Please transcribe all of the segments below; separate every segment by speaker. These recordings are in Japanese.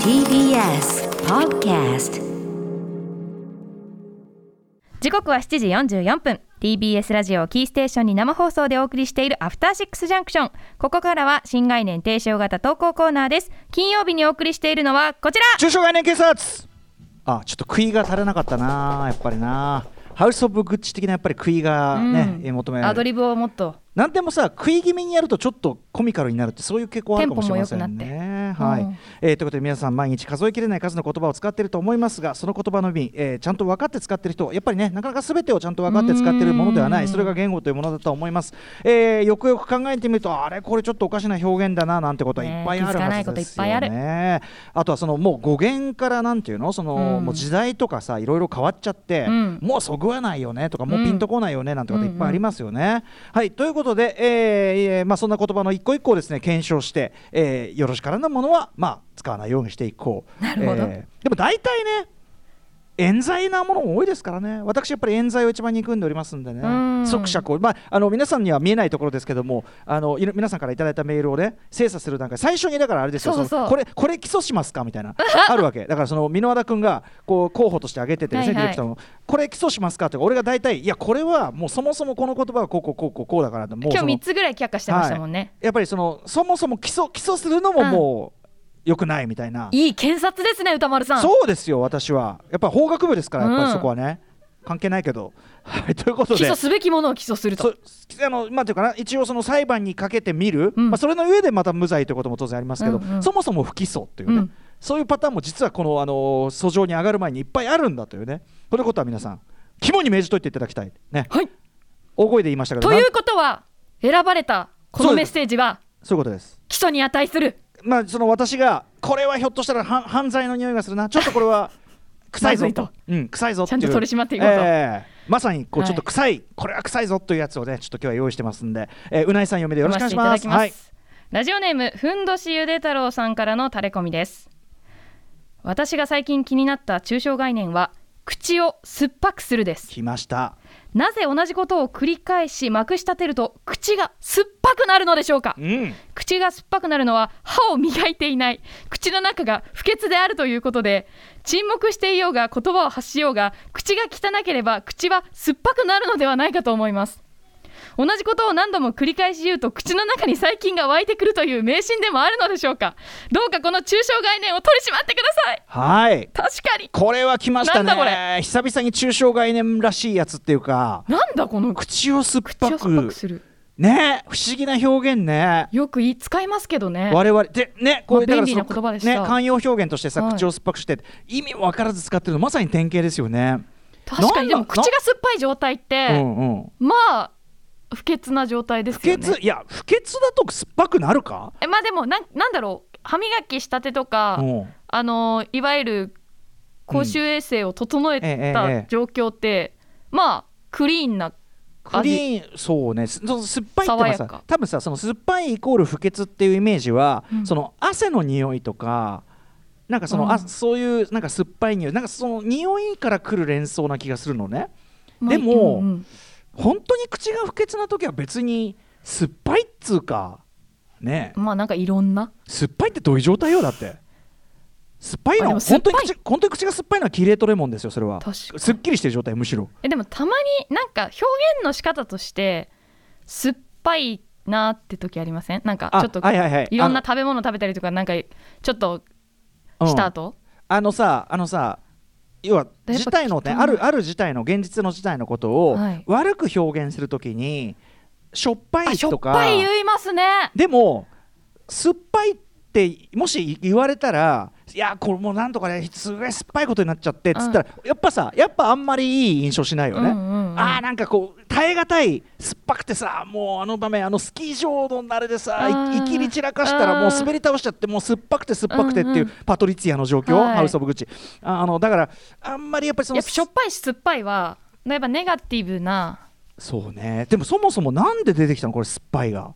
Speaker 1: TBS Podcast
Speaker 2: 時刻は7時44分 TBS ラジオをキーステーションに生放送でお送りしているアフターシックスジャンクションここからは新概念提唱型投稿コーナーです金曜日にお送りしているのはこちら
Speaker 3: 中小概念警察あちょっと食いが足らなかったなやっぱりなハウス・オブ・グッチ的なやっぱり食いがね、え求めら
Speaker 2: アド
Speaker 3: れる
Speaker 2: リブをもっと
Speaker 3: なんでもさ食い気味にやるとちょっとコミカルになるってそういう傾向あるかもしれません
Speaker 2: テンポもく
Speaker 3: ね。
Speaker 2: なって
Speaker 3: はい
Speaker 2: うん
Speaker 3: えーということで皆さん毎日数えきれない数の言葉を使っていると思いますがその言葉の意味、えーちゃんと分かって使ってる人やっぱりねなかなか全てをちゃんと分かって使ってるものではな
Speaker 2: う
Speaker 3: い
Speaker 2: ん
Speaker 3: それが言語というものだと思います、えーよくよく考えてみるとあれこれちょっとおかしな表現だななんてことはいっぱいあるはずです
Speaker 2: ね気づか
Speaker 3: よ
Speaker 2: ないこといっぱいあ
Speaker 3: ね。
Speaker 2: る
Speaker 3: ねあとはそのもう語源からなんていうのその、
Speaker 2: うん
Speaker 3: もう時代とかさいろいろ変わっちゃって、
Speaker 2: うん
Speaker 3: もうそぐわないよねとかもううんピンとこないよねなんてこといっぱいありますよね。はいということで、えーえーまあ、そんな言葉の一個一個をですね検証して、えーよろしからぬものは、まあ、使わないようにしていこう。
Speaker 2: なるほど
Speaker 3: えーでも大体ね冤罪なものも多いですからね、私、やっぱり冤罪を一番憎んでおりますんでね
Speaker 2: うん、
Speaker 3: 即釈を、まあ、あの皆さんには見えないところですけども、あのいろ皆さんからいただいたメールをね、精査する段階、最初にだからあれですよ、
Speaker 2: そうそう
Speaker 3: のこれ、これ起訴しますかみたいな、あるわけ、だからその箕輪田君がこう候補として挙げててですね、
Speaker 2: はいはい
Speaker 3: ディレクターも、これ起訴しますかって、俺が大体、いや、これはもうそもそもこの言葉はこうこうこうこうこうだからって、もう
Speaker 2: 今
Speaker 3: そ
Speaker 2: 日
Speaker 3: の
Speaker 2: 3つぐらい却下してましたもんね、
Speaker 3: やっぱりそのそもそも起訴起訴するのももう良くないみたいな。
Speaker 2: い、い検察ですね歌丸さん
Speaker 3: そうですよ、私は。やっぱり法学部ですから、やっぱ
Speaker 2: うん
Speaker 3: りそこはね、関係ないけど。はい、ということ
Speaker 2: 起
Speaker 3: で
Speaker 2: 訴。すべきものを起訴すると
Speaker 3: そうあのまあ、というかな一応その裁判にかけてみる、
Speaker 2: うん
Speaker 3: まあ、それの上でまた無罪ということも当然ありますけど、
Speaker 2: うんうん
Speaker 3: そもそも不起訴というね、
Speaker 2: うん
Speaker 3: そういうパターンも実はこの、あの訴状に上がる前にいっぱいあるんだというねこのことは皆さん肝に銘じといていただきたい、ね、
Speaker 2: はい
Speaker 3: 大声で言いましたけど
Speaker 2: とい
Speaker 3: な
Speaker 2: うことは選ばれたこのメッセージは
Speaker 3: そういうことです
Speaker 2: 起訴に値する
Speaker 3: まあ、その私がこれはひょっとしたら犯犯罪の匂いがするなちょっとこれは臭いぞ
Speaker 2: まずいと
Speaker 3: うん、臭いぞって
Speaker 2: ちゃ
Speaker 3: いうん
Speaker 2: と取り締まっていこうと
Speaker 3: ええまさにこう
Speaker 2: はい
Speaker 3: ちょっと臭い、これは臭いぞというやつをねちょっと今日は用意してますんで、えーうないさん読みでよろしくお願いします
Speaker 2: 読ま
Speaker 3: は
Speaker 2: せていただきますラジオネームふんどしゆで太郎さんからのタレコミです私が最近気になった抽象概念は口を酸っぱくするです
Speaker 3: 来ました
Speaker 2: なぜ同じことを繰り返しまくし立てると口が酸っぱくなるのでしょうか
Speaker 3: うん
Speaker 2: 口が酸っぱくなるのは歯を磨いていない口の中が不潔であるということで沈黙していようが言葉を発しようが口が汚ければ口は酸っぱくなるのではないかと思います同じことを何度も繰り返し言うと口の中に細菌が湧いてくるという迷信でもあるのでしょうかどうかこの抽象概念を取り締まってください
Speaker 3: はい
Speaker 2: 確かに
Speaker 3: これは来まし
Speaker 2: な
Speaker 3: た
Speaker 2: んだこ
Speaker 3: ね
Speaker 2: れ
Speaker 3: 久々に中小概念らしいやつっていうか
Speaker 2: なんだこの口
Speaker 3: 口を酸っぱ
Speaker 2: を
Speaker 3: く
Speaker 2: 酸っぱくする
Speaker 3: ね不思議な表現ね
Speaker 2: よく言い使いますけどね
Speaker 3: 我々でねこういう
Speaker 2: まあ
Speaker 3: だか
Speaker 2: 便
Speaker 3: ら
Speaker 2: 利
Speaker 3: そ
Speaker 2: な
Speaker 3: の
Speaker 2: 言葉でした
Speaker 3: ね慣用表現としてさ、
Speaker 2: はい
Speaker 3: 口を酸っぱくして意味分からず使ってるのまさに典型ですよね。
Speaker 2: 確かにで
Speaker 3: なん
Speaker 2: も
Speaker 3: だ
Speaker 2: 口が酸っぱい状態っ
Speaker 3: う
Speaker 2: て、
Speaker 3: んうん。
Speaker 2: まあ不潔な状態です
Speaker 3: 不
Speaker 2: よね
Speaker 3: 潔、いや不潔だと酸っぱくなるか？
Speaker 2: えまあでもなんなんだろう歯磨きしたてとか、
Speaker 3: うん。
Speaker 2: あのーいわゆる公衆衛生を整え
Speaker 3: うんえええええ
Speaker 2: た
Speaker 3: え
Speaker 2: 状況って、まあクリーンな
Speaker 3: クリーンそうねすその酸っぱいってのは
Speaker 2: 爽やか
Speaker 3: さ多分さその酸っぱいイコール不潔っていうイメージは、
Speaker 2: うん
Speaker 3: その汗の匂いとかなんかその、
Speaker 2: うん
Speaker 3: あそういうなんか酸っぱい匂いなんかその匂いからくる連想な気がするのね
Speaker 2: まあ
Speaker 3: でも
Speaker 2: うんうん
Speaker 3: 本当に口が不潔な時は別に酸っぱいっつうかね
Speaker 2: まあなんかいろんな
Speaker 3: 酸っぱいってどういう状態よだって酸っぱい
Speaker 2: あで
Speaker 3: の
Speaker 2: も酸
Speaker 3: 本
Speaker 2: っぱ
Speaker 3: 当
Speaker 2: い
Speaker 3: に口本当に口が酸っぱいのはキレートレモンですよそれは
Speaker 2: 確かに
Speaker 3: すっきりしてる状態むしろ
Speaker 2: えでもたまになんか表現の仕方として酸っぱいなって時ありませんなんか
Speaker 3: あ
Speaker 2: ちょっと
Speaker 3: はいはいはい
Speaker 2: いろんな食べ物食べたりとかなんかちょっと
Speaker 3: うん
Speaker 2: した後、
Speaker 3: あのさあのさ要は
Speaker 2: ぱ
Speaker 3: 事態のね
Speaker 2: 汚い
Speaker 3: あるある事態の現実の事態のことを
Speaker 2: はい
Speaker 3: 悪く表現するときにしょっぱ
Speaker 2: あ
Speaker 3: い
Speaker 2: しょ
Speaker 3: と
Speaker 2: っ
Speaker 3: か
Speaker 2: ぱい言いますね
Speaker 3: でも酸っぱいってもし言われたらいやこれもうなんとかねすごい酸っぱいことになっちゃってっつったら、やっぱさやっぱあんまりいい印象しないよね、
Speaker 2: うんうんうん
Speaker 3: あーなんかこう耐え難い酸っぱくてさもうあの場面あのスキー場のあれでさ
Speaker 2: あー
Speaker 3: いいきり散らかしたらもう滑り倒しちゃってもう酸っぱくて酸っぱくてっていううん
Speaker 2: うん
Speaker 3: パトリツィアの状況、
Speaker 2: はい
Speaker 3: ハウス・オブ・グッチああのだからあんまりやっぱりそ
Speaker 2: や
Speaker 3: の
Speaker 2: っぱしょっぱいし酸っぱいはやっぱネガティブな
Speaker 3: そうねでもそもそもなんで出てきたのこれ酸っぱいが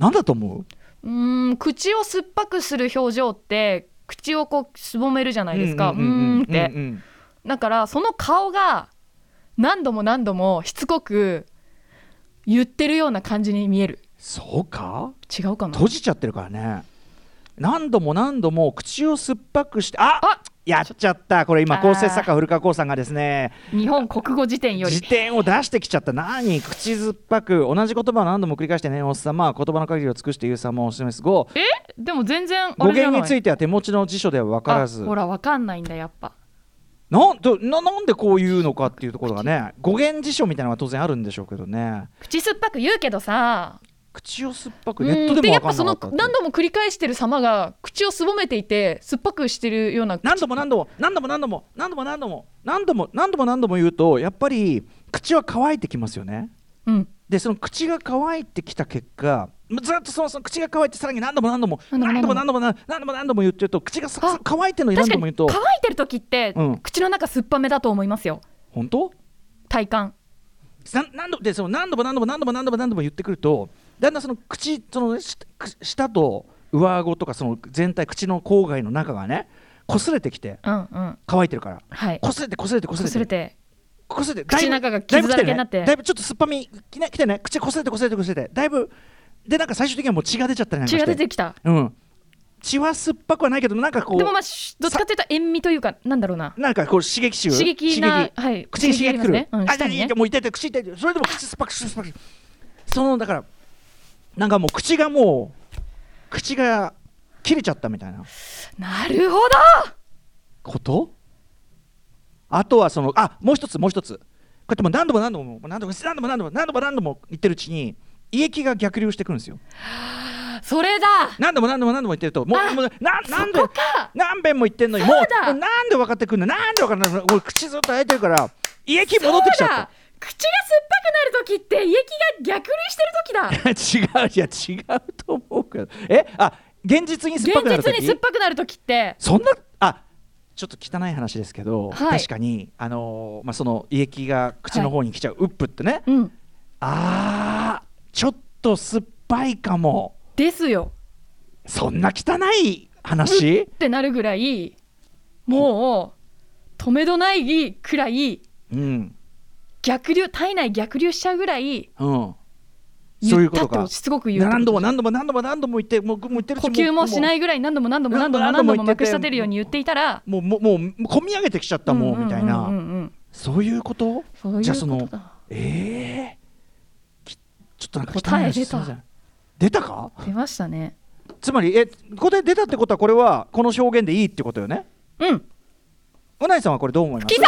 Speaker 3: なんだと思う
Speaker 2: うーん口を酸っぱくする表情って口をこうすぼめるじゃないですかう
Speaker 3: うんうんう
Speaker 2: ー
Speaker 3: ん
Speaker 2: んっ
Speaker 3: うんう
Speaker 2: て
Speaker 3: ん
Speaker 2: だからその顔が何度も何度もしつこく言ってるような感じに見える
Speaker 3: そうか
Speaker 2: 違うかな
Speaker 3: 閉じちゃってるからね何度も何度も口を酸っぱくしてあ
Speaker 2: あ
Speaker 3: やっちゃったこれ今
Speaker 2: あー
Speaker 3: 構成作家古川光さんがですね
Speaker 2: 日本国語辞典よ
Speaker 3: 辞
Speaker 2: り
Speaker 3: 典を出してきちゃった何口酸っぱく同じ言葉を何度も繰り返して念押す様は言葉の限りを尽くして言う様をお示す語
Speaker 2: えでも全然あ
Speaker 3: 語
Speaker 2: れじゃ
Speaker 3: 源
Speaker 2: ない
Speaker 3: については手持ちの辞書では分からず
Speaker 2: あほらわかんないんだやっぱ
Speaker 3: なんとななんでこういうのかっていうところがね語源辞書みたいなのが当然あるんでしょうけどね
Speaker 2: 口酸っぱく言うけどさ
Speaker 3: 口を酸っぱくネットでも
Speaker 2: や
Speaker 3: 分
Speaker 2: っぱ
Speaker 3: かん
Speaker 2: そ
Speaker 3: な
Speaker 2: の
Speaker 3: かったって
Speaker 2: 何度も繰り返してる様が口をすぼめていて酸っぱくしてるような
Speaker 3: 何度も何度も何度も何度も何度も何度も何度も何度も何度も言うとやっぱり口は乾いてきますよね
Speaker 2: うん
Speaker 3: でその口が乾いてきた結果ずっとそのその口が乾いてさらに何度も何度も
Speaker 2: 何
Speaker 3: 何
Speaker 2: 度も
Speaker 3: 度も何
Speaker 2: 何
Speaker 3: 度も何度も何度も何度も言ってると口がさ
Speaker 2: あ
Speaker 3: さ乾いてるのに何
Speaker 2: 確か
Speaker 3: 度も言
Speaker 2: に
Speaker 3: うと
Speaker 2: 乾いてる時って、
Speaker 3: うん
Speaker 2: 口の中酸っぱめだと思いますよ
Speaker 3: 本当
Speaker 2: 体感
Speaker 3: な何度でその何度も何度も何度も何度も何度も言ってくるとだんだんその口そのしく舌と上顎とかその全体口の口外の中がね擦れてきて
Speaker 2: うんうん
Speaker 3: 乾いてるから
Speaker 2: はい
Speaker 3: 擦れて擦れて
Speaker 2: 擦
Speaker 3: 擦
Speaker 2: れ
Speaker 3: れて
Speaker 2: て
Speaker 3: 擦れて
Speaker 2: 口の中が傷だらけになって
Speaker 3: だいぶ来ねだいぶちょっと酸っぱみきね来てね口擦れて擦れて擦れてだいぶでなんか最終的にはもう血が出ちゃったりなんかし
Speaker 2: 血
Speaker 3: て
Speaker 2: が出てきた
Speaker 3: うん血は酸っぱくはないけどなんかこう
Speaker 2: でもまあしどっちかっていうと塩味というかなんだろうな
Speaker 3: なんかこう刺激臭
Speaker 2: 刺激なはい
Speaker 3: 口に刺
Speaker 2: 刺激あ
Speaker 3: 激くる、
Speaker 2: りま
Speaker 3: あ
Speaker 2: すねうん、下に
Speaker 3: いい
Speaker 2: ね
Speaker 3: もう痛い痛い口痛いそれでも口酸っぱく口酸っぱくそのだからなんかもう口がもう口が切れちゃったみたいな
Speaker 2: なるほど
Speaker 3: ことあとはそのあもう一つもう一つこうやってもう何度も何度も何度も何度も何度も何度も何度も言ってるうちに胃液が逆流してくるんですよ
Speaker 2: それだ
Speaker 3: 何度も何度も何度も言ってるともう
Speaker 2: あ
Speaker 3: もうななんで
Speaker 2: そこか
Speaker 3: 何遍も言ってんのにも
Speaker 2: そうう
Speaker 3: も
Speaker 2: だ
Speaker 3: うなんで分かってくんのなんで分かんないの俺口ずっと開いてるから胃液戻ってきちゃ
Speaker 2: そう
Speaker 3: っ
Speaker 2: だ
Speaker 3: た
Speaker 2: 口が酸っぱくなる時って胃液が逆流してる時だ
Speaker 3: 違ういや違うと思うけどえあ現実に酸っぱくなる
Speaker 2: 現
Speaker 3: 時
Speaker 2: 実に酸っぱくなる時って
Speaker 3: そんなあちょっと汚い話ですけど、
Speaker 2: はい
Speaker 3: 確かにあのーまあその胃液が口の方に来ちゃう、ウップってね
Speaker 2: うん
Speaker 3: あーちょっと酸っぱいかも
Speaker 2: ですよ
Speaker 3: そんな汚い話
Speaker 2: ってなるぐらいもう止めどないくらい
Speaker 3: うん
Speaker 2: 逆流体内逆流しちゃうぐらい
Speaker 3: うんそう
Speaker 2: 言っ
Speaker 3: いうこ
Speaker 2: た
Speaker 3: と
Speaker 2: と
Speaker 3: か
Speaker 2: すごく言うって
Speaker 3: 何
Speaker 2: こと
Speaker 3: 度も何度も何度も何度も言ってもうもう言ってるうち
Speaker 2: 呼吸もしないいぐらい何度も何度も何度も
Speaker 3: 何
Speaker 2: 何
Speaker 3: 度
Speaker 2: 度
Speaker 3: も
Speaker 2: もまくしたてるように言っていたら
Speaker 3: もうもうもうもう込み上げてきちゃったもうみたいな、
Speaker 2: うんうんうんうん
Speaker 3: そういうこと
Speaker 2: そういうことだ
Speaker 3: じゃあそのええきちょっとなんか汚い
Speaker 2: 答え
Speaker 3: 話
Speaker 2: 出た
Speaker 3: すいません出たか
Speaker 2: 出ましたね
Speaker 3: つまりえ答え出たってことはこれはこの証言でいいってことよね
Speaker 2: うん
Speaker 3: うないさんはこれどう思います
Speaker 2: キザ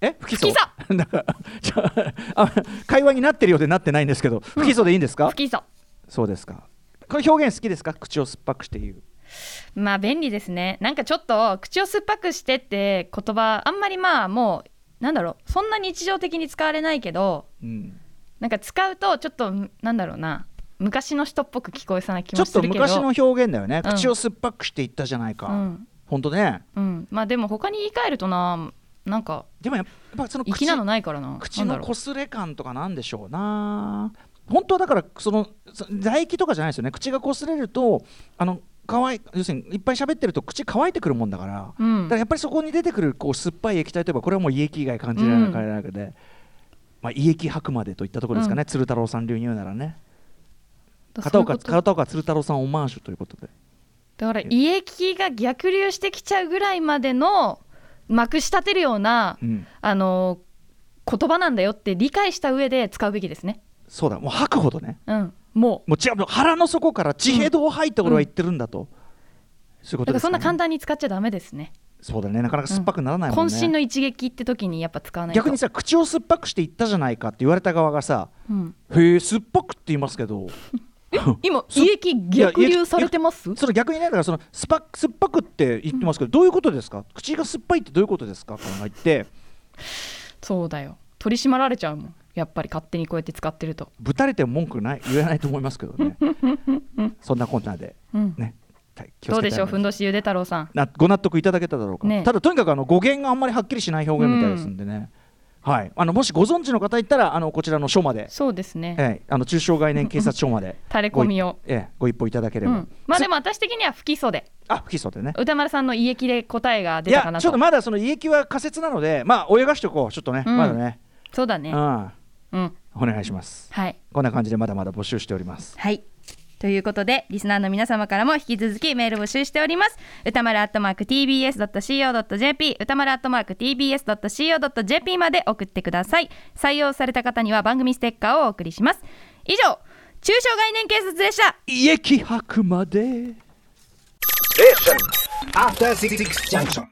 Speaker 3: え不起訴
Speaker 2: 不起
Speaker 3: なんかちょあ会話になってるようでなってないんですけど不起訴でいいんですか、
Speaker 2: 不起訴
Speaker 3: そうですかこれ表現好きですか口を酸っぱくして言う
Speaker 2: まあ便利ですねなんかちょっと口を酸っぱくしてって言葉あんまりまあもうなんだろうそんな日常的に使われないけど
Speaker 3: うん
Speaker 2: なんか使うとちょっとんなんだろうな昔の人っぽく聞こえそうな気
Speaker 3: ちょ
Speaker 2: も
Speaker 3: っ
Speaker 2: する
Speaker 3: と
Speaker 2: けど
Speaker 3: 昔の表現だよね、
Speaker 2: うん
Speaker 3: 口を酸っぱくして言ったじゃないか、
Speaker 2: うん
Speaker 3: ほんとね
Speaker 2: うんまあでも他に言い換えるとななんか
Speaker 3: でもやっぱその口
Speaker 2: 粋なのないからな
Speaker 3: 口
Speaker 2: な
Speaker 3: の
Speaker 2: んだろ
Speaker 3: こすれ感とかなんでしょうな本当はだからそのそ唾液とかじゃないですよね口がこすれるとあの乾い要するにいっぱい喋ってると口乾いてくるもんだから、
Speaker 2: うう
Speaker 3: だ
Speaker 2: ん
Speaker 3: からやっぱりそこに出てくるこう酸っぱい液体といえばこれはもう胃液以外感じられない
Speaker 2: うん
Speaker 3: からなくて、まあ、胃液吐くまでといったところですかね、鶴太郎さん流に言うならね
Speaker 2: そ
Speaker 3: 片岡
Speaker 2: ういうこと
Speaker 3: 片岡鶴太郎さんオマージュということで
Speaker 2: だから胃液が逆流してきちゃうぐらいまでのまくし立てるような、
Speaker 3: うん
Speaker 2: あの言葉なんだよって理解した上で使うべきですね
Speaker 3: そうだもう吐くほどね
Speaker 2: うんも
Speaker 3: もう違うもう腹の底から地平道を吐いて俺は言ってるんだと、そ
Speaker 2: うだ
Speaker 3: ういうこ
Speaker 2: か
Speaker 3: と
Speaker 2: ら
Speaker 3: です
Speaker 2: そんな簡
Speaker 3: ね
Speaker 2: 単に使っちゃダメですね
Speaker 3: そうだねなかなか酸っぱくならないもんね、
Speaker 2: 渾身の一撃って時にやっぱ使わないと
Speaker 3: 逆にさ口を酸っぱくして言ったじゃないかって言われた側がさ
Speaker 2: うん、
Speaker 3: 「へえ酸っぱく」って言いますけど
Speaker 2: 今
Speaker 3: す
Speaker 2: 胃液逆流されてます
Speaker 3: それ逆にねだからその酸っぱ酸っぱくって言ってますけど、どういうことですか口が酸っぱいってどういうことですか考えて
Speaker 2: そうだよ取り締まられちゃうもんやっぱり勝手にこうやって使ってると、
Speaker 3: ぶたれても文句ない言えないと思いますけど ねそんなこんなで
Speaker 2: うん
Speaker 3: ねはい気を
Speaker 2: ど
Speaker 3: つ
Speaker 2: うで
Speaker 3: けたい
Speaker 2: しょうふんどしゆで太郎さん
Speaker 3: なご納得いただけただろうか、
Speaker 2: ね
Speaker 3: ただとにかくあの語源があんまりはっきりしない表現みたいですんでね、はい、あのもしご存知の方いたらあのこちらの書まで、
Speaker 2: そうですね、
Speaker 3: ええ、あの中小 概念警察署まで
Speaker 2: 垂れ込みを、
Speaker 3: ご,、ええ、ご一報いただけれ
Speaker 2: う
Speaker 3: ば、
Speaker 2: ん、まあでも私的には不起訴 で
Speaker 3: あ不起訴でね
Speaker 2: 歌丸さんの胃液で答えが
Speaker 3: い
Speaker 2: 出たか
Speaker 3: や
Speaker 2: な
Speaker 3: ちょ
Speaker 2: と
Speaker 3: っとまだその胃液は仮説なのでまあ泳がしておこうちょっとね、
Speaker 2: うん
Speaker 3: まだね
Speaker 2: そうだね
Speaker 3: うん
Speaker 2: うん
Speaker 3: お願いします
Speaker 2: はい
Speaker 3: こんな感じでまだまだ募集しております
Speaker 2: はい。ということで、リスナーの皆様からも引き続きメール募集しております。歌丸アットマーク tbs.co.jp、歌丸アットマーク tbs.co.jp まで送ってください。採用された方には番組ステッカーをお送りします。以上、中小概念警察でした。
Speaker 3: 家気白まで
Speaker 4: After Six Junction.